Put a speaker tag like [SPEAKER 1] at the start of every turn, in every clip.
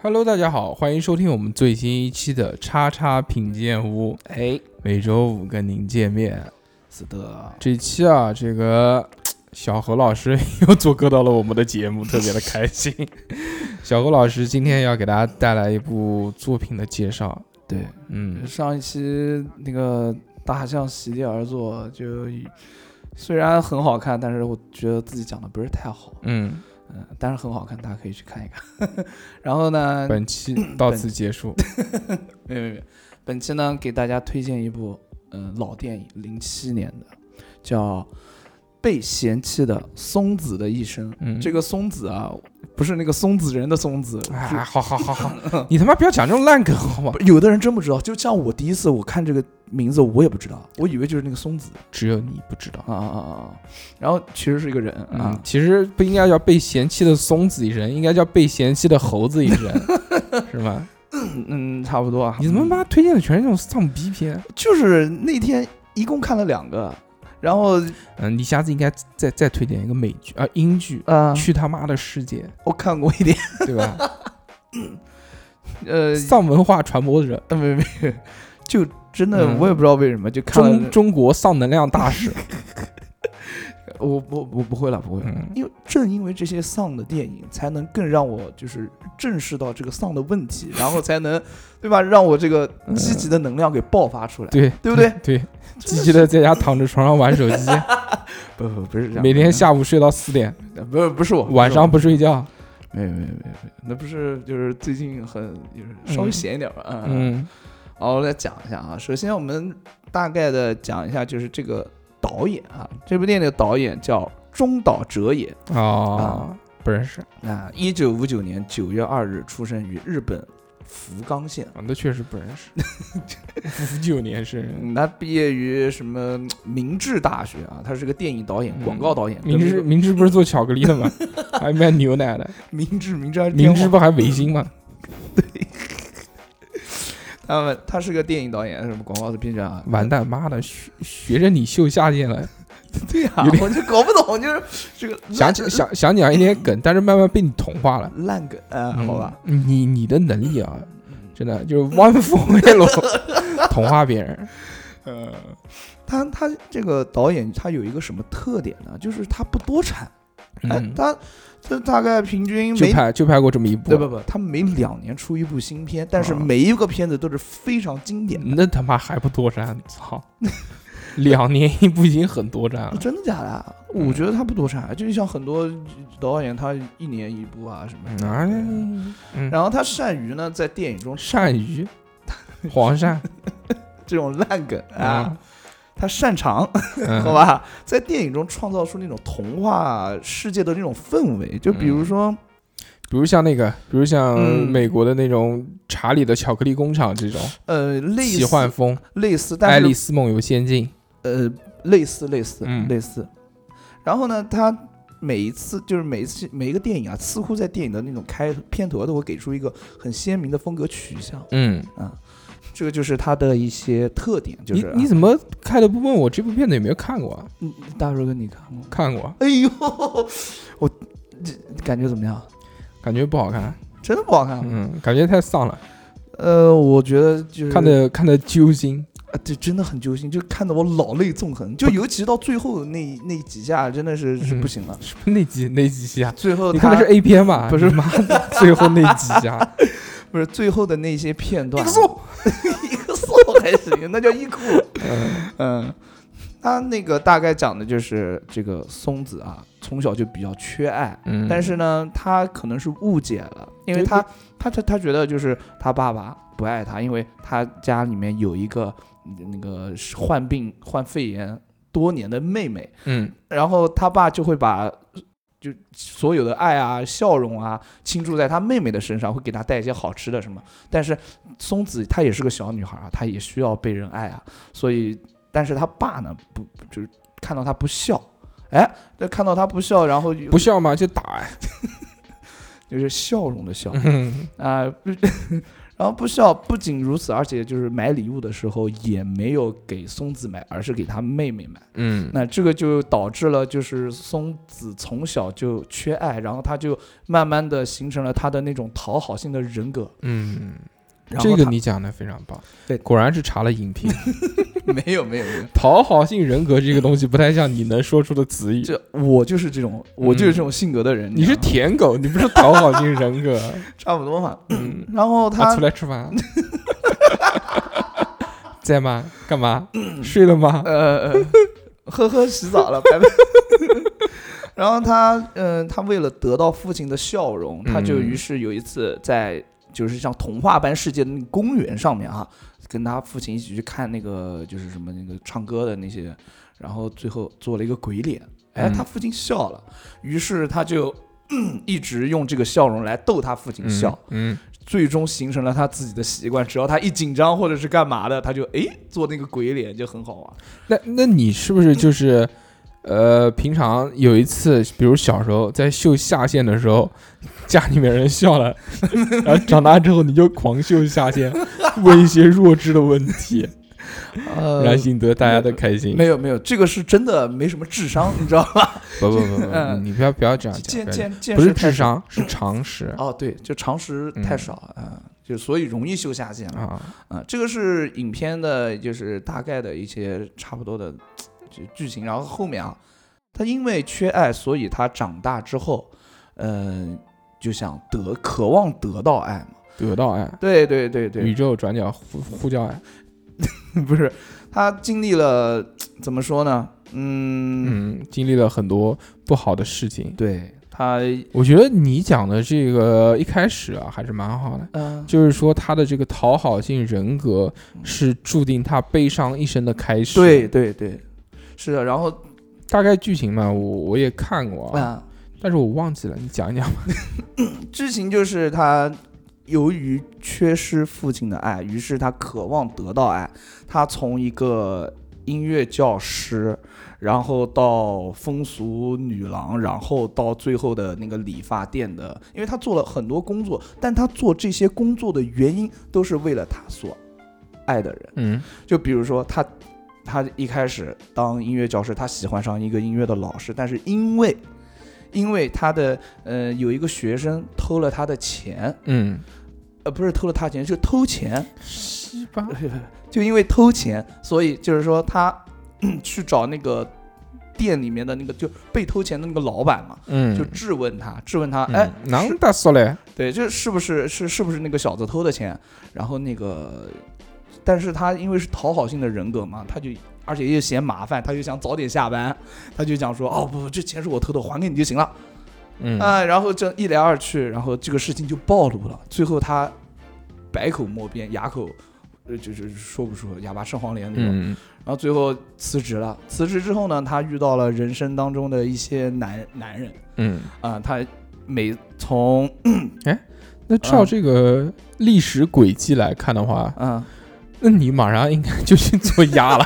[SPEAKER 1] Hello，大家好，欢迎收听我们最新一期的叉叉品鉴屋，
[SPEAKER 2] 哎，
[SPEAKER 1] 每周五跟您见面。
[SPEAKER 2] 是的，
[SPEAKER 1] 这期啊，这个小何老师又做客到了我们的节目，特别的开 心。小何老师今天要给大家带来一部作品的介绍，
[SPEAKER 2] 对，
[SPEAKER 1] 嗯，
[SPEAKER 2] 上一期那个大象席地而坐，就虽然很好看，但是我觉得自己讲的不是太好，
[SPEAKER 1] 嗯，
[SPEAKER 2] 嗯，但是很好看，大家可以去看一看。 然后呢，
[SPEAKER 1] 本期到此结束。
[SPEAKER 2] 没有没有没有，本期呢给大家推荐一部嗯老电影，零七年的，叫《被嫌弃的松子的一生》。
[SPEAKER 1] 嗯，
[SPEAKER 2] 这个松子啊，不是那个松子人啊的松子，是
[SPEAKER 1] 哎，好好好 好，你他妈不要讲这种烂梗好吗
[SPEAKER 2] 不？有的人真不知道，就像我第一次我看这个名字，我也不知道，我以为就是那个松子
[SPEAKER 1] 只有你不知道。
[SPEAKER 2] 啊啊啊啊！然后其实是一个人
[SPEAKER 1] 嗯
[SPEAKER 2] 啊，，
[SPEAKER 1] 其实不应该叫被嫌弃的松子一人，应该叫被嫌弃的猴子一 人，是吗？
[SPEAKER 2] 嗯差不多啊。
[SPEAKER 1] 你他妈妈推荐的全是这种丧逼片，
[SPEAKER 2] 就是那天一共看了两个，然后
[SPEAKER 1] 嗯，你下次应该再再推荐一个美剧啊、英剧，
[SPEAKER 2] 啊，
[SPEAKER 1] 去他妈的世界，
[SPEAKER 2] 我看过 一点，
[SPEAKER 1] 对吧？
[SPEAKER 2] 呃，
[SPEAKER 1] 丧文化传播者，
[SPEAKER 2] 没没没， 就真的
[SPEAKER 1] 嗯
[SPEAKER 2] 我也不知道为什么就看
[SPEAKER 1] 中
[SPEAKER 2] 了，
[SPEAKER 1] 中国丧能量大 使，
[SPEAKER 2] 呃我我我不会了，不会了。
[SPEAKER 1] 嗯
[SPEAKER 2] 因为正因为这些丧的电影，才能更让我就是正视到这个丧的问题，然后才能， 对吧？让我这个积极的能量给爆发出来。
[SPEAKER 1] 对
[SPEAKER 2] 对不对？
[SPEAKER 1] 对，积极的在家躺着床上玩手机，
[SPEAKER 2] 不不不是这样，
[SPEAKER 1] 每天下午睡到四点，
[SPEAKER 2] 不是不是我
[SPEAKER 1] 晚上不睡觉，
[SPEAKER 2] 没有没有没有没有，那不是就是最近很就是稍微闲一点吧？啊，
[SPEAKER 1] 嗯
[SPEAKER 2] 好，我来讲一下啊。首先我们大概的讲一下，就是这个导演啊，这部电影的导演叫中岛哲也
[SPEAKER 1] 哦，不认识，
[SPEAKER 2] 啊，一九五九年九月二日出生于日本福冈县。
[SPEAKER 1] 啊那确实不认 识，五九年生人。
[SPEAKER 2] 嗯他毕业于什么明治大学啊？他是个电影导演、
[SPEAKER 1] 嗯
[SPEAKER 2] 广告导演。
[SPEAKER 1] 明
[SPEAKER 2] 跟
[SPEAKER 1] 知
[SPEAKER 2] 那个
[SPEAKER 1] 明知不是做巧克力 的吗？还卖牛奶的，
[SPEAKER 2] 明治明治还是
[SPEAKER 1] 明
[SPEAKER 2] 电
[SPEAKER 1] 知
[SPEAKER 2] 话
[SPEAKER 1] 不还维新吗？
[SPEAKER 2] 他们他是个电影导演，什么广告的编剧啊？
[SPEAKER 1] 完蛋，妈的，学学着你秀下限了。
[SPEAKER 2] 对啊
[SPEAKER 1] 有，点
[SPEAKER 2] 我就搞不懂，就是这个烂
[SPEAKER 1] 想起想想讲一点梗，但是慢慢被你同化了。
[SPEAKER 2] 烂梗，呃，
[SPEAKER 1] 嗯
[SPEAKER 2] 好吧，，
[SPEAKER 1] 你你的能力啊，真的就是 one for all，同化别人。
[SPEAKER 2] 呃，他他这个导演他有一个什么特点呢？就是他不多产，哎
[SPEAKER 1] 嗯，，
[SPEAKER 2] 他这大概平均
[SPEAKER 1] 就
[SPEAKER 2] 每
[SPEAKER 1] 拍就拍过这么一部
[SPEAKER 2] 对，不不，他每两年出一部新片，但是
[SPEAKER 1] 啊嗯
[SPEAKER 2] 每一个片子都是非常经典的。
[SPEAKER 1] 那他妈还不多 占？操，两年一部已经很多占 了。
[SPEAKER 2] 真的假的啊？
[SPEAKER 1] 嗯
[SPEAKER 2] 我觉得他不多产，啊就像很多导演他一年一部啊什么的。
[SPEAKER 1] 啊，
[SPEAKER 2] 对
[SPEAKER 1] 嗯，
[SPEAKER 2] 然后他善于呢在电影中
[SPEAKER 1] 鳝 鱼，黄鳝
[SPEAKER 2] 这种烂梗啊
[SPEAKER 1] 啊，，
[SPEAKER 2] 他擅长，
[SPEAKER 1] 嗯
[SPEAKER 2] 好吧，在电影中创造出那种童话世界的那种氛围，就比
[SPEAKER 1] 嗯
[SPEAKER 2] 如说，
[SPEAKER 1] 比如像那个，比如像
[SPEAKER 2] 嗯
[SPEAKER 1] 美国的那种查理的巧克力工厂这种
[SPEAKER 2] 呃，类
[SPEAKER 1] 奇幻
[SPEAKER 2] 似
[SPEAKER 1] 风，《
[SPEAKER 2] 类似，
[SPEAKER 1] 爱
[SPEAKER 2] 但
[SPEAKER 1] 丽
[SPEAKER 2] 是
[SPEAKER 1] 丝梦游仙境》
[SPEAKER 2] 呃，类似类似
[SPEAKER 1] 嗯
[SPEAKER 2] 类似。然后呢，他每一次就是每一次每一个电影啊，似乎在电影的那种开片头都会给出一个很鲜明的风格取向。
[SPEAKER 1] 嗯，
[SPEAKER 2] 啊，这个就是它的一些特点，就
[SPEAKER 1] 你
[SPEAKER 2] 是啊
[SPEAKER 1] 你怎么开头不问我这部片子有没有看过啊？
[SPEAKER 2] 嗯大叔哥你看过？
[SPEAKER 1] 看过，
[SPEAKER 2] 哎呦，我这感觉怎么样？
[SPEAKER 1] 感觉不好看，
[SPEAKER 2] 真的不好看吗？
[SPEAKER 1] 嗯，感觉太丧了，
[SPEAKER 2] 呃，我觉得就是
[SPEAKER 1] 看的看的揪心，
[SPEAKER 2] 啊，对，真的很揪心，就看得我老泪纵横。就尤其到最后那那几下，真的是是
[SPEAKER 1] 嗯
[SPEAKER 2] 不行了。
[SPEAKER 1] 是不是那几那几集啊？
[SPEAKER 2] 最后
[SPEAKER 1] 你看
[SPEAKER 2] 他
[SPEAKER 1] 的是 A 片吧？
[SPEAKER 2] 不是
[SPEAKER 1] 妈的，最后那几集啊，
[SPEAKER 2] 不是最后的那些片段，
[SPEAKER 1] 一个颂
[SPEAKER 2] 一个颂还行，那叫一哭。
[SPEAKER 1] 嗯
[SPEAKER 2] 嗯，他那个大概讲的就是这个松子啊，从小就比较缺爱，
[SPEAKER 1] 嗯，
[SPEAKER 2] 但是呢，他可能是误解了，因为
[SPEAKER 1] 对
[SPEAKER 2] 他他他他觉得就是他爸爸不爱他，因为他家里面有一个嗯那个是患病患肺炎多年的妹妹，
[SPEAKER 1] 嗯
[SPEAKER 2] 然后他爸就会把就所有的爱啊、笑容啊倾注在他妹妹的身上，会给她带一些好吃的什么。但是松子她也是个小女孩啊，她也需要被人爱啊，所以但是他爸呢不就是看到她不笑。哎，那看到她不笑，然后又
[SPEAKER 1] 不笑哎嘛就打，
[SPEAKER 2] 就是笑容的笑啊、
[SPEAKER 1] 嗯
[SPEAKER 2] 然 然后不笑不仅如此，而且就是买礼物的时候也没有给松子买，而是给他妹妹买。
[SPEAKER 1] 嗯
[SPEAKER 2] 那这个就导致了，就是松子从小就缺爱，然后他就慢慢的形成了他的那种讨好性的人格。
[SPEAKER 1] 嗯，
[SPEAKER 2] 然后
[SPEAKER 1] 这个
[SPEAKER 2] 他
[SPEAKER 1] 你讲的非常棒，
[SPEAKER 2] 对
[SPEAKER 1] 果然是查了影评，
[SPEAKER 2] 没有没有没有，
[SPEAKER 1] 讨好性人格这个东西不太像你能说出的词语。
[SPEAKER 2] 这我就是这种，我嗯就是这种性格的人。
[SPEAKER 1] 你是
[SPEAKER 2] 知道吗
[SPEAKER 1] 舔 狗，你不是讨好型人 格。
[SPEAKER 2] 差不多嘛？
[SPEAKER 1] 嗯，
[SPEAKER 2] 然后
[SPEAKER 1] 啊
[SPEAKER 2] 他
[SPEAKER 1] 出来吃 饭，在吗？干嘛？睡了吗？
[SPEAKER 2] 呃，呵呵，洗澡了，拜拜。 然后他，嗯、他为了得到父亲的笑容，他就
[SPEAKER 1] 嗯
[SPEAKER 2] 于是有一次在就是像童话般世界的那个公园上面啊，跟他父亲一起去看那个就是什么那个唱歌的那些，然后最后做了一个鬼脸，哎，
[SPEAKER 1] 嗯
[SPEAKER 2] 他父亲笑了，于是他就。嗯一直用这个笑容来逗他父亲笑，
[SPEAKER 1] 嗯，
[SPEAKER 2] 最终形成了他自己的习惯。只要他一紧张或者是干嘛的，他就哎做那个鬼脸，就很好玩。
[SPEAKER 1] 嗯。那那你是不是就是，呃，平常有一次，比如小时候在秀下限的时候，家里面人笑了， 然后长大之后你就狂秀下限， 问一些弱智的问题，
[SPEAKER 2] 呃
[SPEAKER 1] 然后引得大家的开心。
[SPEAKER 2] 没有没有，这个是真的没什么智商，你知道吧？
[SPEAKER 1] 不不 不不，
[SPEAKER 2] 嗯
[SPEAKER 1] 你不要不要这样讲
[SPEAKER 2] 见
[SPEAKER 1] 不要这样，
[SPEAKER 2] 见见
[SPEAKER 1] 啊不是
[SPEAKER 2] 识太
[SPEAKER 1] 智
[SPEAKER 2] 少
[SPEAKER 1] 商，是常识
[SPEAKER 2] 哦，对，就常识太少啊、嗯就所以容易秀下限了啊、
[SPEAKER 1] 啊。
[SPEAKER 2] 嗯这个是影片的，就是大概的一些差不多的就剧情，然后后面啊，他因为缺爱，所以他长大之后，嗯、就想得渴望得到爱嘛。
[SPEAKER 1] 得到爱，
[SPEAKER 2] 对对对
[SPEAKER 1] 宇
[SPEAKER 2] 对，
[SPEAKER 1] 宙转角呼呼叫爱。
[SPEAKER 2] 不是他经历了怎么说呢？嗯，
[SPEAKER 1] 嗯，经历了很多不好的事情。
[SPEAKER 2] 对他，
[SPEAKER 1] 我觉得你讲的这个一开始啊，还是蛮好的。
[SPEAKER 2] 嗯、
[SPEAKER 1] 就是说，他的这个讨好性人格是注定他悲伤一生的开始。
[SPEAKER 2] 对，对对，是的。然后
[SPEAKER 1] 大概剧情嘛，我我也看过啊，
[SPEAKER 2] 啊、
[SPEAKER 1] 但是我忘记了，你讲一讲吧。
[SPEAKER 2] 知情就是他由于缺失父亲的爱，于是他渴望得到爱。他从一个音乐教师，然后到风俗女郎，然后到最后的那个理发店的，因为他做了很多工作，但他做这些工作的原因都是为了他所爱的人。
[SPEAKER 1] 嗯
[SPEAKER 2] 就比如说他，他一开始当音乐教师，他喜欢上一个音乐的老师，但是因为，因为他的呃有一个学生偷了他的钱，
[SPEAKER 1] 嗯，
[SPEAKER 2] 呃不是偷了他钱，就偷钱，
[SPEAKER 1] 西 吧，
[SPEAKER 2] 就因为偷钱，所以就是说他 去找那个店里面的那个就被偷钱的那个老板嘛，
[SPEAKER 1] 嗯，
[SPEAKER 2] 就质问他，质问他，
[SPEAKER 1] 嗯
[SPEAKER 2] 哎，
[SPEAKER 1] 能
[SPEAKER 2] 是
[SPEAKER 1] 打死嘞？
[SPEAKER 2] 对，这是不是是是不是那个小子偷的钱？然后那个，但是他因为是讨好性的人格嘛，他就而且又嫌麻烦，他就想早点下班，他就讲说哦不，这钱是我偷的，还给你就行了啊、
[SPEAKER 1] 嗯，
[SPEAKER 2] 然后这一来二去，然后这个事情就暴露了，最后他百口莫辩，哑口。呃，就是说不出哑巴吃黄连那种，
[SPEAKER 1] 嗯
[SPEAKER 2] 然后最后辞职了。辞职之后呢，他遇到了人生当中的一些男男人
[SPEAKER 1] 嗯，
[SPEAKER 2] 啊、他每从
[SPEAKER 1] 那照
[SPEAKER 2] 嗯
[SPEAKER 1] 这个历史轨迹来看的话，
[SPEAKER 2] 嗯，
[SPEAKER 1] 那你马上应该就去做鸭 了。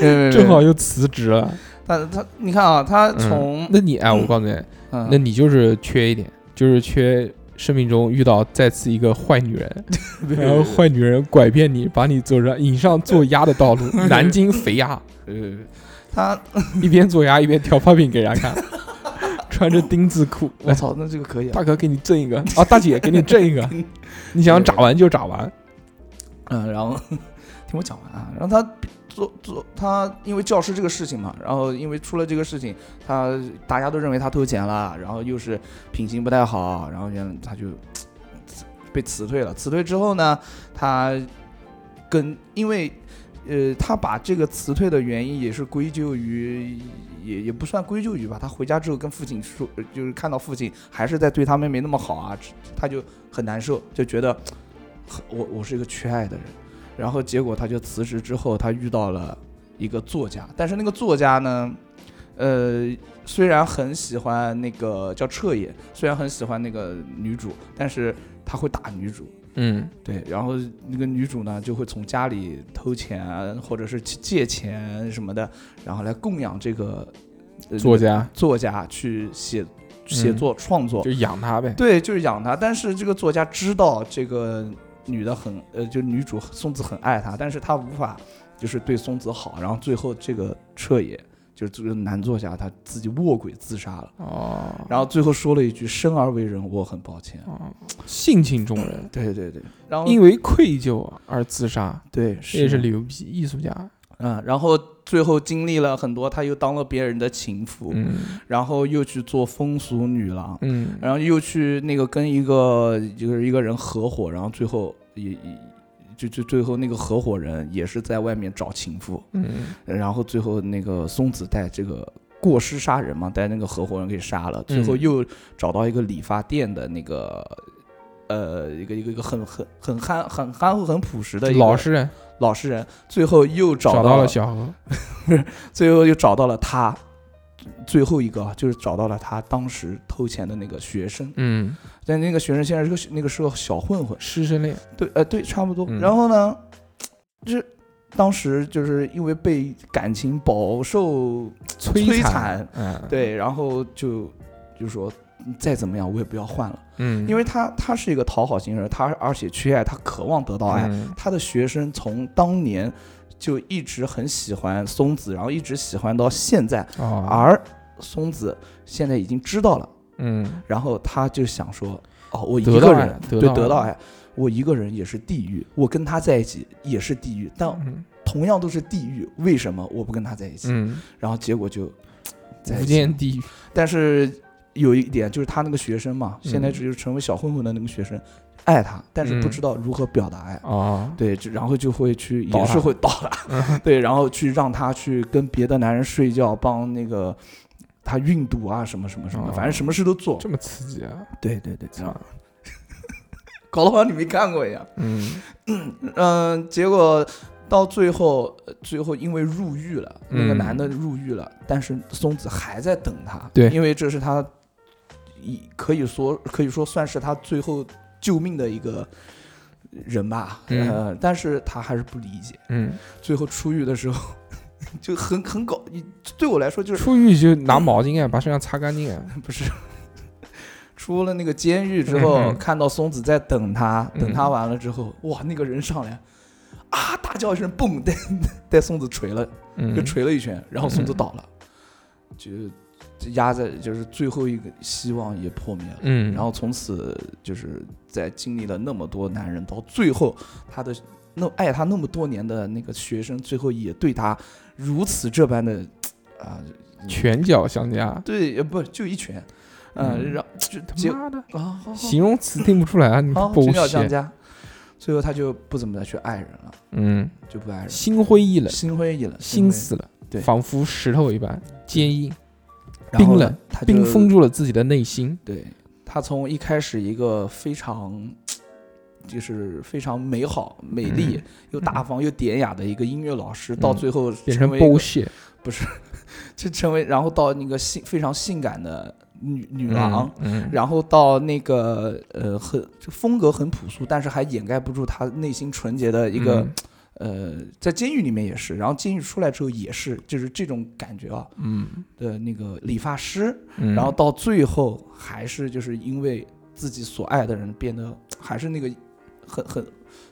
[SPEAKER 1] 正
[SPEAKER 2] 正
[SPEAKER 1] 好又辞职了。
[SPEAKER 2] 他他，你看啊，他从
[SPEAKER 1] 嗯、那你哎，我告诉你，
[SPEAKER 2] 嗯
[SPEAKER 1] 那你就是缺一点，就是缺生命中遇到再次一个坏女人，然后坏女人拐骗你，把你走上引上做鸭的 道路。南京肥鸭，
[SPEAKER 2] 呃，他
[SPEAKER 1] 一边做鸭一边挑泡饼给人家看， 穿着丁字裤，
[SPEAKER 2] 我
[SPEAKER 1] 来，
[SPEAKER 2] 操，那这个可以啊，
[SPEAKER 1] 大哥给你挣一个啊，大姐给你挣 一个，你想炸完就炸完。
[SPEAKER 2] 嗯，然后听我讲完啊，然后他做做他因为教师这个事情嘛，然后因为出了这个事情，他大家都认为他偷钱了，然后又是品行不太好，然后原来他就被辞退了。辞退之后呢，他跟因为呃，他把这个辞退的原因也是归咎于。也也不算归咎于吧，他回家之后跟父亲说，呃就是看到父亲还是在对他妹妹那么好啊，他就很难受，就觉得我我是一个缺爱的人。然后结果他就辞职之后，他遇到了一个作家，但是那个作家呢，呃，虽然很喜欢那个叫彻野，虽然很喜欢那个女主，但是他会打女主。
[SPEAKER 1] 嗯
[SPEAKER 2] 对，然后那个女主呢，就会从家里偷钱，或者是去借钱什么的，然后来供养这个、呃
[SPEAKER 1] 作
[SPEAKER 2] 那个
[SPEAKER 1] 家嗯
[SPEAKER 2] 作家去写写作创作
[SPEAKER 1] 就。养他呗。
[SPEAKER 2] 对，就是养他。但是这个作家知道这个女的很呃，就女主松子很爱他，但是他无法就是对松子好，然后最后这个彻野就是这个男作家他自己卧轨自杀了，
[SPEAKER 1] 哦，
[SPEAKER 2] 然后最后说了一句“生而为人，我很抱歉
[SPEAKER 1] 哦性情中人”，。
[SPEAKER 2] 对对对，然后
[SPEAKER 1] 因为愧疚而自杀，
[SPEAKER 2] 对
[SPEAKER 1] 这也是
[SPEAKER 2] 的
[SPEAKER 1] 牛逼艺术家。
[SPEAKER 2] 嗯，然后最后经历了很多，他又当了别人的情妇，
[SPEAKER 1] 嗯
[SPEAKER 2] 然后又去做风俗女郎，
[SPEAKER 1] 嗯，
[SPEAKER 2] 然后又去那个跟一个就是一个人合伙，然后最后也也就就最后那个合伙人也是在外面找情妇，
[SPEAKER 1] 嗯
[SPEAKER 2] 然后最后那个松子带这个过失杀人嘛，带那个合伙人给杀了，最后
[SPEAKER 1] 嗯
[SPEAKER 2] 又找到一个理发店的那个。呃，一个一个一个很很很憨很憨厚很朴实的一个
[SPEAKER 1] 老实人
[SPEAKER 2] 老实人，最后又找
[SPEAKER 1] 找
[SPEAKER 2] 到
[SPEAKER 1] 了小何，
[SPEAKER 2] 最后又找到了他，最后一个啊就是找到了他当时偷钱的那个学生，
[SPEAKER 1] 嗯，
[SPEAKER 2] 但那个学生现在是个小那个是个小混混，
[SPEAKER 1] 师生恋，
[SPEAKER 2] 对，呃，对，差不多。
[SPEAKER 1] 嗯
[SPEAKER 2] 然后呢，就是当时就是因为被感情饱受
[SPEAKER 1] 嗯
[SPEAKER 2] 摧残
[SPEAKER 1] 残，嗯，，
[SPEAKER 2] 对，然后就就说嗯再怎么样我也不要换了，
[SPEAKER 1] 嗯，
[SPEAKER 2] 因
[SPEAKER 1] 为
[SPEAKER 2] 为他他是一个讨好型人，他而且缺爱，他渴望得到爱，
[SPEAKER 1] 嗯
[SPEAKER 2] 他的学生从当年就一直很喜欢松子，然后一直喜欢到现在，
[SPEAKER 1] 啊，
[SPEAKER 2] 而松子现在已经知道了，
[SPEAKER 1] 嗯，
[SPEAKER 2] 然后他就想说，哦，我一
[SPEAKER 1] 得到
[SPEAKER 2] 个
[SPEAKER 1] 爱
[SPEAKER 2] 人，
[SPEAKER 1] 得
[SPEAKER 2] 对
[SPEAKER 1] 到
[SPEAKER 2] 得到
[SPEAKER 1] 爱
[SPEAKER 2] 爱，我一个人也是地狱，我跟他在一起也是地狱，但
[SPEAKER 1] 嗯
[SPEAKER 2] 同样都是地狱，为什么我不跟他在一起？
[SPEAKER 1] 嗯，
[SPEAKER 2] 然后结果就在
[SPEAKER 1] 无
[SPEAKER 2] 一起，
[SPEAKER 1] 间地狱，
[SPEAKER 2] 但是有一点就是他那个学生嘛，现在
[SPEAKER 1] 嗯
[SPEAKER 2] 只有成为小混混的那个学生，爱他，但是不
[SPEAKER 1] 嗯
[SPEAKER 2] 知道如何表达爱。
[SPEAKER 1] 哦，嗯
[SPEAKER 2] 对，就然后就会去，
[SPEAKER 1] 倒
[SPEAKER 2] 也是
[SPEAKER 1] 他
[SPEAKER 2] 会倒他， 对，然后去让他去跟别的男人睡觉，帮那个他运毒啊，什么什么什么，
[SPEAKER 1] 哦
[SPEAKER 2] 反正什么事都做。
[SPEAKER 1] 这么刺激啊！
[SPEAKER 2] 对对对，
[SPEAKER 1] 操，
[SPEAKER 2] 搞得好像你没看过一样。
[SPEAKER 1] 嗯
[SPEAKER 2] 嗯，结果到最后，呃最后因为入狱了，那个
[SPEAKER 1] 嗯
[SPEAKER 2] 男的入狱了，但是松子还在等他，
[SPEAKER 1] 对
[SPEAKER 2] 因为这是他一可以说可以说算是他最后救命的一个人吧，
[SPEAKER 1] 嗯
[SPEAKER 2] 呃，但是他还是不理解。
[SPEAKER 1] 嗯，
[SPEAKER 2] 最后出狱的时候 就很很搞，对我来说就是
[SPEAKER 1] 出狱就拿毛巾啊，把身上擦干净啊。
[SPEAKER 2] 不是。出了那个监狱之后，
[SPEAKER 1] 嗯嗯
[SPEAKER 2] 看到松子在等他，
[SPEAKER 1] 嗯
[SPEAKER 2] 等他完了之后，哇，那个人上来，啊，大叫一声，嘣， 带带松子锤了，
[SPEAKER 1] 嗯
[SPEAKER 2] 就，锤了一拳，然后松子倒了，就就压在，就是最后一个希望也破灭了。
[SPEAKER 1] 嗯，
[SPEAKER 2] 然后从此就是在经历了那么多男人，到最后他的那爱他那么多年的那个学生，最后也对他如此这般的啊、
[SPEAKER 1] 拳脚相加，
[SPEAKER 2] 对，呃不就一拳，嗯，
[SPEAKER 1] 嗯
[SPEAKER 2] 让就结
[SPEAKER 1] 他妈的，
[SPEAKER 2] 啊，好好
[SPEAKER 1] 形容词听不出来啊，你
[SPEAKER 2] 好，
[SPEAKER 1] 狗
[SPEAKER 2] 拳脚相
[SPEAKER 1] 血，
[SPEAKER 2] 加，最后他就不怎么再去爱人了，
[SPEAKER 1] 嗯，
[SPEAKER 2] 就不爱人了，
[SPEAKER 1] 心灰意冷，
[SPEAKER 2] 心灰意冷，
[SPEAKER 1] 心
[SPEAKER 2] 灰
[SPEAKER 1] 死了，
[SPEAKER 2] 对
[SPEAKER 1] 仿佛石头一般坚硬，
[SPEAKER 2] 然后
[SPEAKER 1] 冰
[SPEAKER 2] 呢
[SPEAKER 1] 冷，
[SPEAKER 2] 他就
[SPEAKER 1] 冰封，住了自己的内心。
[SPEAKER 2] 对他从一开始一个非常。就是非常美好、美丽、又大方又典雅的一个音乐老师，到
[SPEAKER 1] 嗯
[SPEAKER 2] 最后
[SPEAKER 1] 变成
[SPEAKER 2] 为一个
[SPEAKER 1] bullshit，
[SPEAKER 2] 就成为，然后到那个性非常性感的女女郎，
[SPEAKER 1] 嗯，嗯
[SPEAKER 2] 然后到那个呃很就风格很朴素，但是还掩盖不住她内心纯洁
[SPEAKER 1] 嗯
[SPEAKER 2] 的一个、呃，在监狱里面也是，然后监狱出来之后也是，就是这种感觉啊
[SPEAKER 1] 嗯，
[SPEAKER 2] 的那个理发师，
[SPEAKER 1] 嗯
[SPEAKER 2] 然后到最后还是就是因为自己所爱的人变得还是那个很很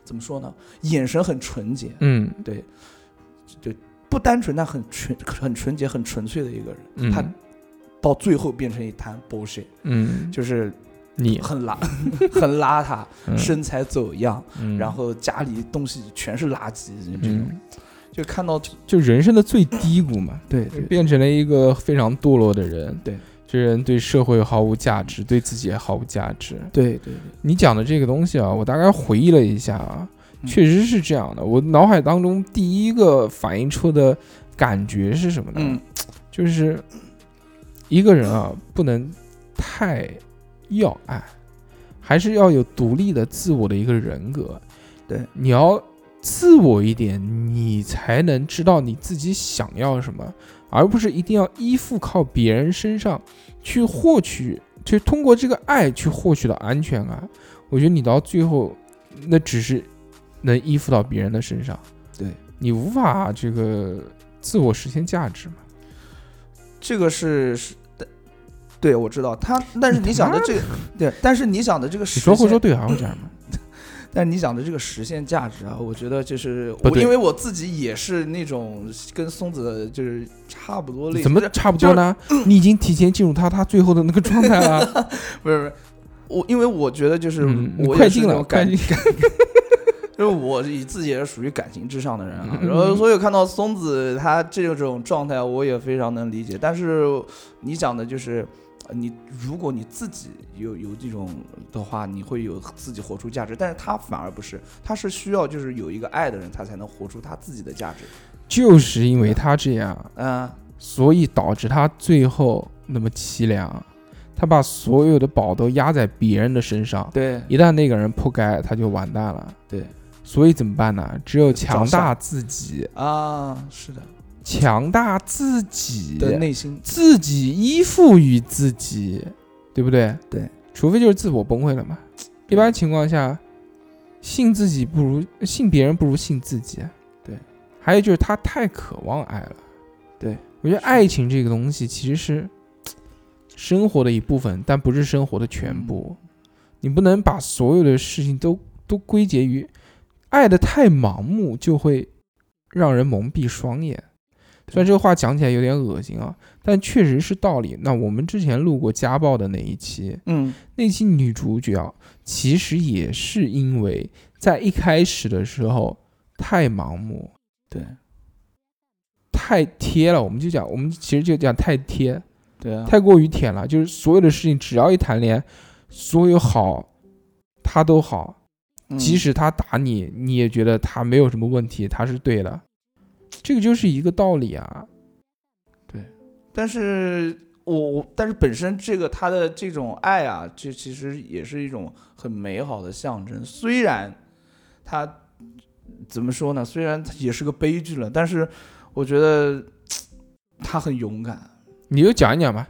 [SPEAKER 2] 怎么说呢，眼神很纯洁，
[SPEAKER 1] 嗯
[SPEAKER 2] 对，就不单纯但很纯很纯洁很纯粹的一个人，
[SPEAKER 1] 嗯
[SPEAKER 2] 他到最后变成一滩 bullshit，
[SPEAKER 1] 嗯，
[SPEAKER 2] 就是
[SPEAKER 1] 你
[SPEAKER 2] 很邋 很邋遢，
[SPEAKER 1] 嗯
[SPEAKER 2] 身材走样，
[SPEAKER 1] 嗯
[SPEAKER 2] 然后家里东西全是垃圾，这种
[SPEAKER 1] 嗯，
[SPEAKER 2] 就看到
[SPEAKER 1] 就人生的最低谷嘛，
[SPEAKER 2] 对
[SPEAKER 1] 就
[SPEAKER 2] 对
[SPEAKER 1] 变成了一个非常堕落的人。
[SPEAKER 2] 对，
[SPEAKER 1] 这人对社会毫无价值，对自己也毫无价值。
[SPEAKER 2] 对对，
[SPEAKER 1] 你讲的这个东西啊，我大概回忆了一下啊，
[SPEAKER 2] 嗯
[SPEAKER 1] 确实是这样的。我脑海当中第一个反映出的感觉是什么呢？
[SPEAKER 2] 嗯
[SPEAKER 1] 就是一个人啊，不能太要爱，还是要有独立的自我的一个人格。
[SPEAKER 2] 对，
[SPEAKER 1] 你要自我一点，你才能知道你自己想要什么，而不是一定要依附靠别人身上去获取，就通过这个爱去获取的安全感。我觉得你到最后，那只是能依附到别人的身上，
[SPEAKER 2] 对
[SPEAKER 1] 你无法这个自我实现价值嘛。
[SPEAKER 2] 这个是是。对，我知道他，但是你想的这个，对，但是你想的这个
[SPEAKER 1] 你
[SPEAKER 2] 实
[SPEAKER 1] 说会
[SPEAKER 2] 现
[SPEAKER 1] 说对还会这样吗？
[SPEAKER 2] 但是你讲的这个实现价值啊，我觉得就是
[SPEAKER 1] 不
[SPEAKER 2] 我，
[SPEAKER 1] 对
[SPEAKER 2] 因为我自己也是那种跟松子就是差不多类型，
[SPEAKER 1] 怎么
[SPEAKER 2] 就是
[SPEAKER 1] 差不多呢？你已经提前进入他他最后的那个状态了，
[SPEAKER 2] 不是不是我，因为我觉得 就是
[SPEAKER 1] 嗯，你
[SPEAKER 2] 我
[SPEAKER 1] 快
[SPEAKER 2] 也是
[SPEAKER 1] 进
[SPEAKER 2] 那
[SPEAKER 1] 了，
[SPEAKER 2] 种
[SPEAKER 1] 快
[SPEAKER 2] 感
[SPEAKER 1] 进，
[SPEAKER 2] 因为我以自己也是属于感情至上的人啊，
[SPEAKER 1] 嗯
[SPEAKER 2] 然后所以看到松子她这种状态，我也非常能理解。但是你讲的就是，呃你如果你自己有有这种的话，你会有自己活出价值，但是他反而不是，他是需要就是有一个爱的人，他才能活出他自己的价值。
[SPEAKER 1] 就是因为他这样，
[SPEAKER 2] 嗯、
[SPEAKER 1] 所以导致他最后那么凄凉。他把所有的宝都压在别人的身上，
[SPEAKER 2] 对
[SPEAKER 1] 一旦那个人扑街，他就完蛋了。
[SPEAKER 2] 对
[SPEAKER 1] 所以怎么办呢？只有强
[SPEAKER 2] 找
[SPEAKER 1] 大
[SPEAKER 2] 上
[SPEAKER 1] 自己，
[SPEAKER 2] 啊，是的，
[SPEAKER 1] 强大自己
[SPEAKER 2] 的内心
[SPEAKER 1] 自己依附于自己，对不对？
[SPEAKER 2] 对，
[SPEAKER 1] 除非就是自我崩溃了嘛。一般情况下，信自己不如信别人不如信自己。
[SPEAKER 2] 对，
[SPEAKER 1] 还有就是他太渴望爱了。
[SPEAKER 2] 对，
[SPEAKER 1] 我觉得
[SPEAKER 2] 是
[SPEAKER 1] 爱情这个东西其实是生活的一部分，但不是生活的全部。
[SPEAKER 2] 嗯
[SPEAKER 1] 你不能把所有的事情都都归结于爱的太盲目，就会让人蒙蔽双眼。虽然这个话讲起来有点恶心啊，但确实是道理。那我们之前录过家暴的那一期，
[SPEAKER 2] 嗯
[SPEAKER 1] 那期女主角其实也是因为在一开始的时候太盲目、
[SPEAKER 2] 对
[SPEAKER 1] 太贴了。我们就讲，我们其实就讲太贴，
[SPEAKER 2] 对啊，
[SPEAKER 1] 太过于舔了。就是所有的事情，只要一谈恋爱，所有好他都好，
[SPEAKER 2] 嗯
[SPEAKER 1] 即使他打你，你也觉得他没有什么问题，他是对的。这个就是一个道理啊。
[SPEAKER 2] 但是我我但是本身这个他的这种爱啊，这其实也是一种很美好的象征。虽然他怎么说呢，虽然它也是个悲剧了，但是我觉得他很勇敢。
[SPEAKER 1] 你就讲一讲吧，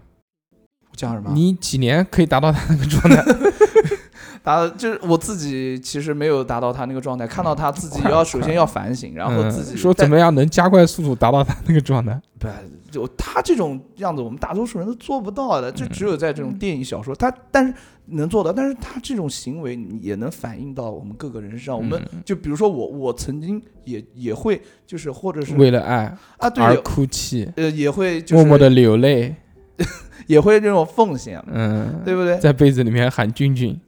[SPEAKER 2] 我讲什么？
[SPEAKER 1] 你几年可以达到他那个状态？
[SPEAKER 2] 达就是我自己，其实没有达到他那个状态。看到他自己 要首先要反省，然后自己
[SPEAKER 1] 嗯、说
[SPEAKER 2] 但
[SPEAKER 1] 怎么样能加快速度达到他那个状态？
[SPEAKER 2] 不，就他这种样子，我们大多数人都做不到的，就只有在这种电影、小说，他但是能做到，但是他这种行为你也能反映到我们各个人身上。我们
[SPEAKER 1] 嗯
[SPEAKER 2] 就比如说我，我曾经也也会，就是或者是
[SPEAKER 1] 为了爱
[SPEAKER 2] 啊，对，
[SPEAKER 1] 而
[SPEAKER 2] 有
[SPEAKER 1] 哭泣，
[SPEAKER 2] 呃，也会就是
[SPEAKER 1] 默默的流泪，
[SPEAKER 2] 也会这种奉献，
[SPEAKER 1] 嗯，
[SPEAKER 2] 对不对？
[SPEAKER 1] 在被子里面喊俊俊，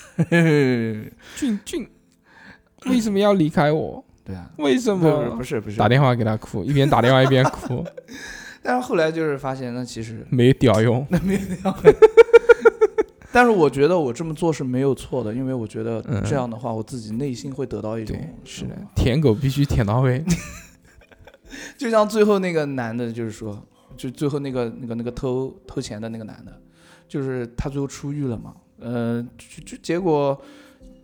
[SPEAKER 2] 对
[SPEAKER 1] 俊俊，为什么要离开我？
[SPEAKER 2] 啊，
[SPEAKER 1] 为什
[SPEAKER 2] 不是
[SPEAKER 1] 么
[SPEAKER 2] 不？是不是
[SPEAKER 1] 打，电话给他哭，一边打电话一边 哭，
[SPEAKER 2] 但是后来就是发现，那其实
[SPEAKER 1] 没屌用。
[SPEAKER 2] 那没有那样。 但是我觉得我这么做是没有错的，因为我觉得
[SPEAKER 1] 嗯
[SPEAKER 2] 这样的话，我自己内心会得到一种
[SPEAKER 1] 对，是的
[SPEAKER 2] 这种，
[SPEAKER 1] 舔狗必须舔到位。
[SPEAKER 2] 就像最后那个男的，就是说，就最后那个那个那个偷偷钱的那个男的，就是他最后出狱了嘛，呃，就就结果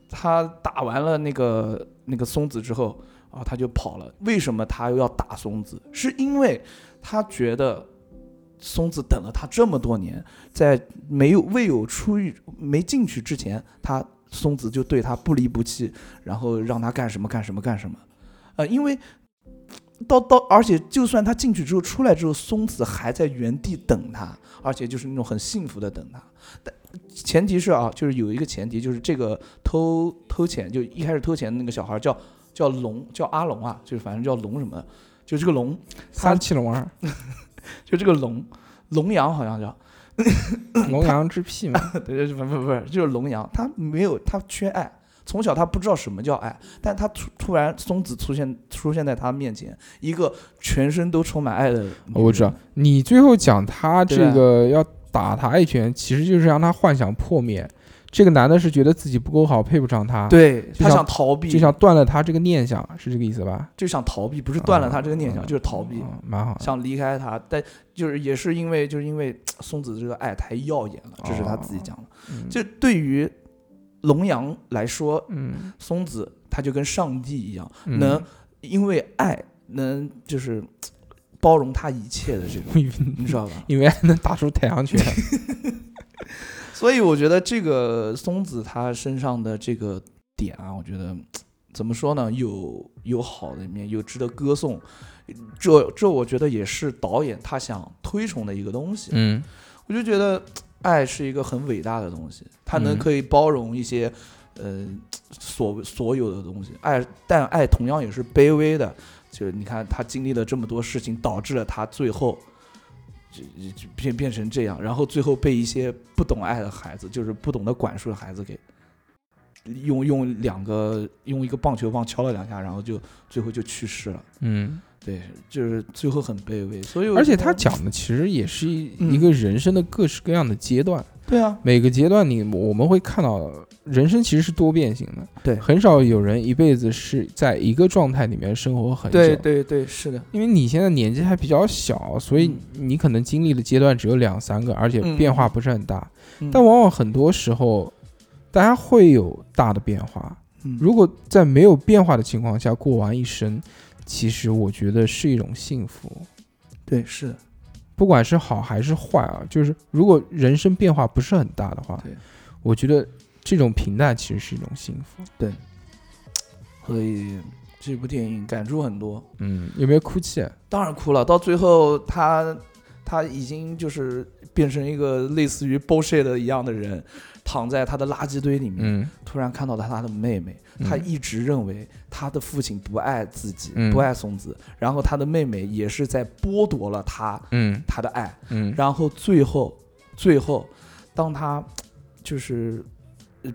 [SPEAKER 2] 他打完了那个那个松子之后啊，他就跑了。为什么他又要打松子？是因为他觉得。松子等了他这么多年，在没有未有出狱、没进去之前，他松子就对他不离不弃，然后让他干什么干什么干什么，呃，因为到到，而且就算他进去之后出来之后，松子还在原地等他，而且就是那种很幸福的等他。但前提是啊，就是有一个前提，就是这个偷偷钱，就一开始偷钱的那个小孩叫叫龙，叫阿龙啊，就是反正叫龙什么的，就这个龙，
[SPEAKER 1] 三七龙二，
[SPEAKER 2] 就这个龙，龙阳好像叫，
[SPEAKER 1] 龙阳之癖嘛，
[SPEAKER 2] 对，不不不，就是龙阳，他没有，他缺爱，从小他不知道什么叫爱，但他突突然松子出现出现在他面前，一个全身都充满爱的，
[SPEAKER 1] 哦我知道。。你最后讲他
[SPEAKER 2] 对
[SPEAKER 1] 这
[SPEAKER 2] 啊
[SPEAKER 1] 个要打他一拳，其实就是让他幻想破灭。这个男的是觉得自己不够好，配不上他，，
[SPEAKER 2] 对
[SPEAKER 1] 啊就
[SPEAKER 2] 他
[SPEAKER 1] 像
[SPEAKER 2] 想逃避，
[SPEAKER 1] 就想断了他这个念想，是这个意思吧？
[SPEAKER 2] 就想逃避，不是断了
[SPEAKER 1] 啊
[SPEAKER 2] 他这个念想，
[SPEAKER 1] 啊
[SPEAKER 2] 就是逃避，
[SPEAKER 1] 嗯蛮好的。
[SPEAKER 2] 想离开他。但就是也是因为就是因为松子这个爱太耀眼了，这是他自己讲的。
[SPEAKER 1] 嗯
[SPEAKER 2] 就对于龙阳来说，
[SPEAKER 1] 嗯，
[SPEAKER 2] 松子他就跟上帝一样，
[SPEAKER 1] 嗯
[SPEAKER 2] 能因为爱能就是包容他一切的这种，
[SPEAKER 1] 嗯
[SPEAKER 2] 你知道吧？
[SPEAKER 1] 因为还能打出太阳 拳，
[SPEAKER 2] 所以我觉得这个松子她身上的这个点啊，我觉得怎么说呢？有有好的一面，有值得歌颂。这这我觉得也是导演他想推崇的一个东西。
[SPEAKER 1] 嗯，
[SPEAKER 2] 我就觉得爱是一个很伟大的东西，它能
[SPEAKER 1] 嗯
[SPEAKER 2] 可以包容一些，呃，所所有的东西。爱，但爱同样也是卑微的。就是你看他经历了这么多事情，导致了他最后就就变变成这样，然后最后被一些不懂爱的孩子，就是不懂得管束的孩子给用用两个用一个棒球棒敲了两下，然后就最后就去世了。
[SPEAKER 1] 嗯，
[SPEAKER 2] 对，就是最后很卑微。所以我
[SPEAKER 1] 而且
[SPEAKER 2] 觉
[SPEAKER 1] 他
[SPEAKER 2] 得
[SPEAKER 1] 讲的其实也是一
[SPEAKER 2] 嗯
[SPEAKER 1] 一个人生的各式各样的阶段，
[SPEAKER 2] 对啊，
[SPEAKER 1] 每个阶段你我们会看到，人生其实是多变性的，
[SPEAKER 2] 对
[SPEAKER 1] 很少有人一辈子是在一个状态里面生活很久。
[SPEAKER 2] 对对对，是的，
[SPEAKER 1] 因为你现在年纪还比较小，所以你可能经历的阶段只有两三个，而且
[SPEAKER 2] 嗯
[SPEAKER 1] 变化不是很大。
[SPEAKER 2] 嗯
[SPEAKER 1] 但往往很多时候，大家会有大的变化。
[SPEAKER 2] 嗯
[SPEAKER 1] 如果在没有变化的情况下过完一生，其实我觉得是一种幸福，
[SPEAKER 2] 对是的，
[SPEAKER 1] 不管是好还是坏啊。就是如果人生变化不是很大的话
[SPEAKER 2] 对，
[SPEAKER 1] 我觉得这种平淡其实是一种幸福。
[SPEAKER 2] 所以这部电影感触很多。
[SPEAKER 1] 嗯，有没有哭泣？
[SPEAKER 2] 当然哭了，到最后他他已经就是变成一个类似于 bullshit 的一样的人，躺在他的垃圾堆里面，
[SPEAKER 1] 嗯
[SPEAKER 2] 突然看到了他的妹妹，
[SPEAKER 1] 嗯
[SPEAKER 2] 他一直认为他的父亲不爱自己，
[SPEAKER 1] 嗯
[SPEAKER 2] 不爱松子，然后他的妹妹也是在剥夺了他
[SPEAKER 1] 嗯
[SPEAKER 2] 他的爱，
[SPEAKER 1] 嗯
[SPEAKER 2] 然后最后最后，当他就是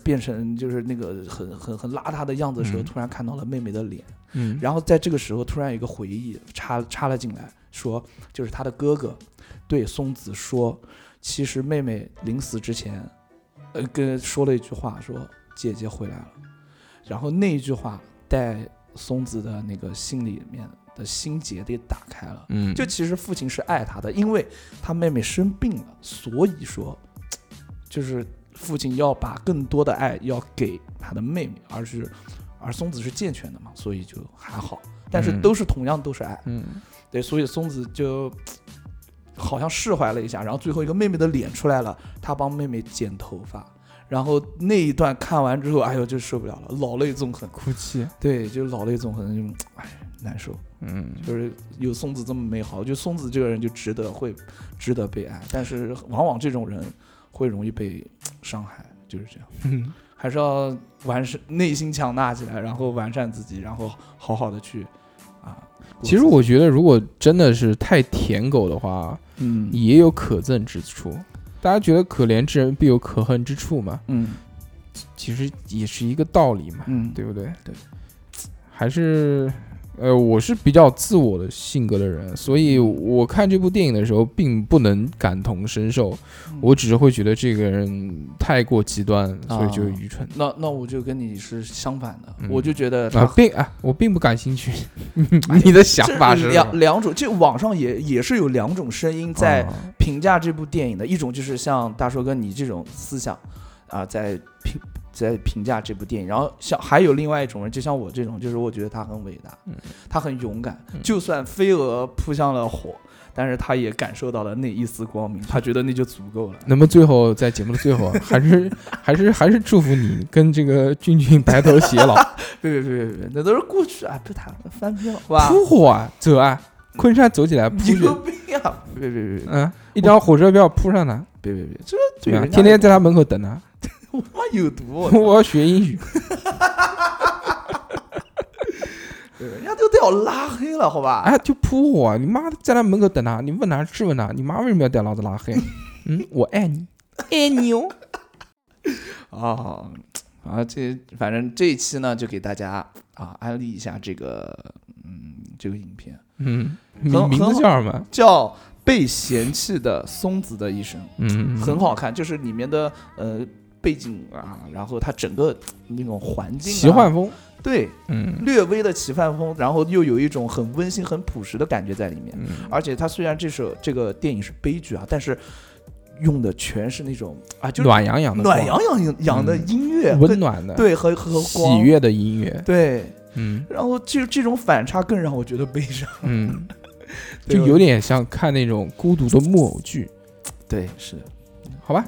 [SPEAKER 2] 变成就是那个很很很邋遢的样子的时候，
[SPEAKER 1] 嗯
[SPEAKER 2] 突然看到了妹妹的脸。
[SPEAKER 1] 嗯
[SPEAKER 2] 然后在这个时候，突然有一个回忆插插了进来，说就是他的哥哥对松子说，其实妹妹临死之前，呃，跟说了一句话，说姐姐回来了。然后那一句话在松子的那个心里面的心结给打开了。
[SPEAKER 1] 嗯，
[SPEAKER 2] 就其实父亲是爱他的，因为他妹妹生病了，所以说，就是父亲要把更多的爱要给他的妹妹，而是而松子是健全的嘛，所以就还好。但是
[SPEAKER 1] 嗯
[SPEAKER 2] 都是同样都是爱，
[SPEAKER 1] 嗯
[SPEAKER 2] 对，所以松子就好像释怀了一下，然后最后一个妹妹的脸出来了，他帮妹妹剪头发，然后那一段看完之后，哎呦，就受不了了，老泪纵横，
[SPEAKER 1] 哭泣。
[SPEAKER 2] 对，就老泪纵横，就哎难受。
[SPEAKER 1] 嗯，
[SPEAKER 2] 就是有松子这么美好，就松子这个人就值得会值得被爱，但是往往这种人会容易被伤害，就是这样，还是要完善内心强大起来，然后完善自己，然后好好的去啊。过
[SPEAKER 1] 其实
[SPEAKER 2] 自己
[SPEAKER 1] 我觉得，如果真的是太舔狗的话，
[SPEAKER 2] 嗯
[SPEAKER 1] 也有可憎之处。大家觉得可怜之人必有可恨之处嘛，
[SPEAKER 2] 嗯
[SPEAKER 1] 其实也是一个道理嘛，
[SPEAKER 2] 嗯，
[SPEAKER 1] 对不对？
[SPEAKER 2] 对，
[SPEAKER 1] 还是呃，我是比较自我的性格的人，所以
[SPEAKER 2] 嗯
[SPEAKER 1] 我看这部电影的时候，并不能感同身受，
[SPEAKER 2] 嗯
[SPEAKER 1] 我只是会觉得这个人太过极端，所以就是
[SPEAKER 2] 啊
[SPEAKER 1] 愚蠢。
[SPEAKER 2] 那那我就跟你是相反的，
[SPEAKER 1] 嗯
[SPEAKER 2] 我就觉得他
[SPEAKER 1] 啊，并啊，我并不感兴 趣。你的想
[SPEAKER 2] 这
[SPEAKER 1] 法是什
[SPEAKER 2] 两
[SPEAKER 1] 么
[SPEAKER 2] 两种，这网上也也是有两种声音在。
[SPEAKER 1] 啊
[SPEAKER 2] 评价这部电影的一种就是像大硕哥你这种思想啊、在评在评价这部电影，然后像还有另外一种人，就像我这种，就是我觉得他很伟大，
[SPEAKER 1] 嗯
[SPEAKER 2] 他很勇敢，
[SPEAKER 1] 嗯
[SPEAKER 2] 就算飞蛾扑向了火，但是他也感受到了那一丝光明，他觉得那就足够了。
[SPEAKER 1] 那么最后，在节目的最后啊，还是 还是还是祝福你跟这个俊俊白头偕 老，
[SPEAKER 2] 对对对对对，那都是过去啊，不谈了，翻篇了，好吧？
[SPEAKER 1] 扑火啊，走啊，昆山走起来，扑
[SPEAKER 2] 有
[SPEAKER 1] 去，
[SPEAKER 2] 病啊！别别别别
[SPEAKER 1] 嗯，一张火车票扑上来，
[SPEAKER 2] 别别别，这
[SPEAKER 1] 对
[SPEAKER 2] 对
[SPEAKER 1] 吧？
[SPEAKER 2] 人
[SPEAKER 1] 啊
[SPEAKER 2] 家
[SPEAKER 1] 天天在他门口等他，
[SPEAKER 2] 我妈有毒，
[SPEAKER 1] 我要学英语，
[SPEAKER 2] 对人家都都要拉黑了，好吧？
[SPEAKER 1] 哎，就扑火啊，你妈在他门口等他，你问他质问他，你妈为什么要带老子拉黑？ 嗯，我爱你，爱你哦，
[SPEAKER 2] 啊啊，这反正这一期呢，就给大家啊安利一下这个嗯这个影片，
[SPEAKER 1] 嗯，名
[SPEAKER 2] 很
[SPEAKER 1] 名字叫什么？
[SPEAKER 2] 叫《被嫌弃的松子的一生
[SPEAKER 1] 嗯，》，
[SPEAKER 2] 很好看，就是里面的呃背景啊，然后它整个那种环境、啊，
[SPEAKER 1] 奇幻风，
[SPEAKER 2] 对
[SPEAKER 1] 嗯
[SPEAKER 2] 略微的奇幻风，然后又有一种很温馨、很朴实的感觉在里面。
[SPEAKER 1] 嗯，
[SPEAKER 2] 而且它虽然这首这个电影是悲剧啊，但是用的全是那种啊，就是
[SPEAKER 1] 暖洋洋的光，
[SPEAKER 2] 暖洋洋洋的
[SPEAKER 1] 嗯
[SPEAKER 2] 音乐，
[SPEAKER 1] 温
[SPEAKER 2] 跟
[SPEAKER 1] 暖的，
[SPEAKER 2] 对和和光
[SPEAKER 1] 喜悦的音乐，
[SPEAKER 2] 对，
[SPEAKER 1] 嗯。
[SPEAKER 2] 然后这这种反差更让我觉得悲伤。
[SPEAKER 1] 嗯，
[SPEAKER 2] 对
[SPEAKER 1] 就
[SPEAKER 2] 吧
[SPEAKER 1] 有点像看那种孤独的木偶剧，
[SPEAKER 2] 对，是
[SPEAKER 1] 好吧？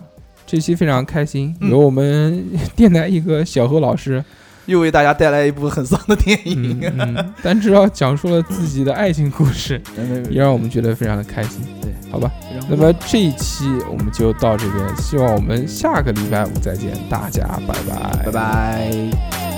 [SPEAKER 1] 这期非常开心，
[SPEAKER 2] 嗯
[SPEAKER 1] 有我们电台一个小何老师，
[SPEAKER 2] 又为大家带来一部很丧 的电
[SPEAKER 1] 嗯
[SPEAKER 2] 影。
[SPEAKER 1] 嗯，但至少讲述了自己的爱情故 事，也让我们觉得非常的开心，
[SPEAKER 2] 对，
[SPEAKER 1] 好吧？那么这一期我们就到这边，希望我们下个礼拜五再见，大家拜拜，
[SPEAKER 2] 拜拜。
[SPEAKER 3] Yeah.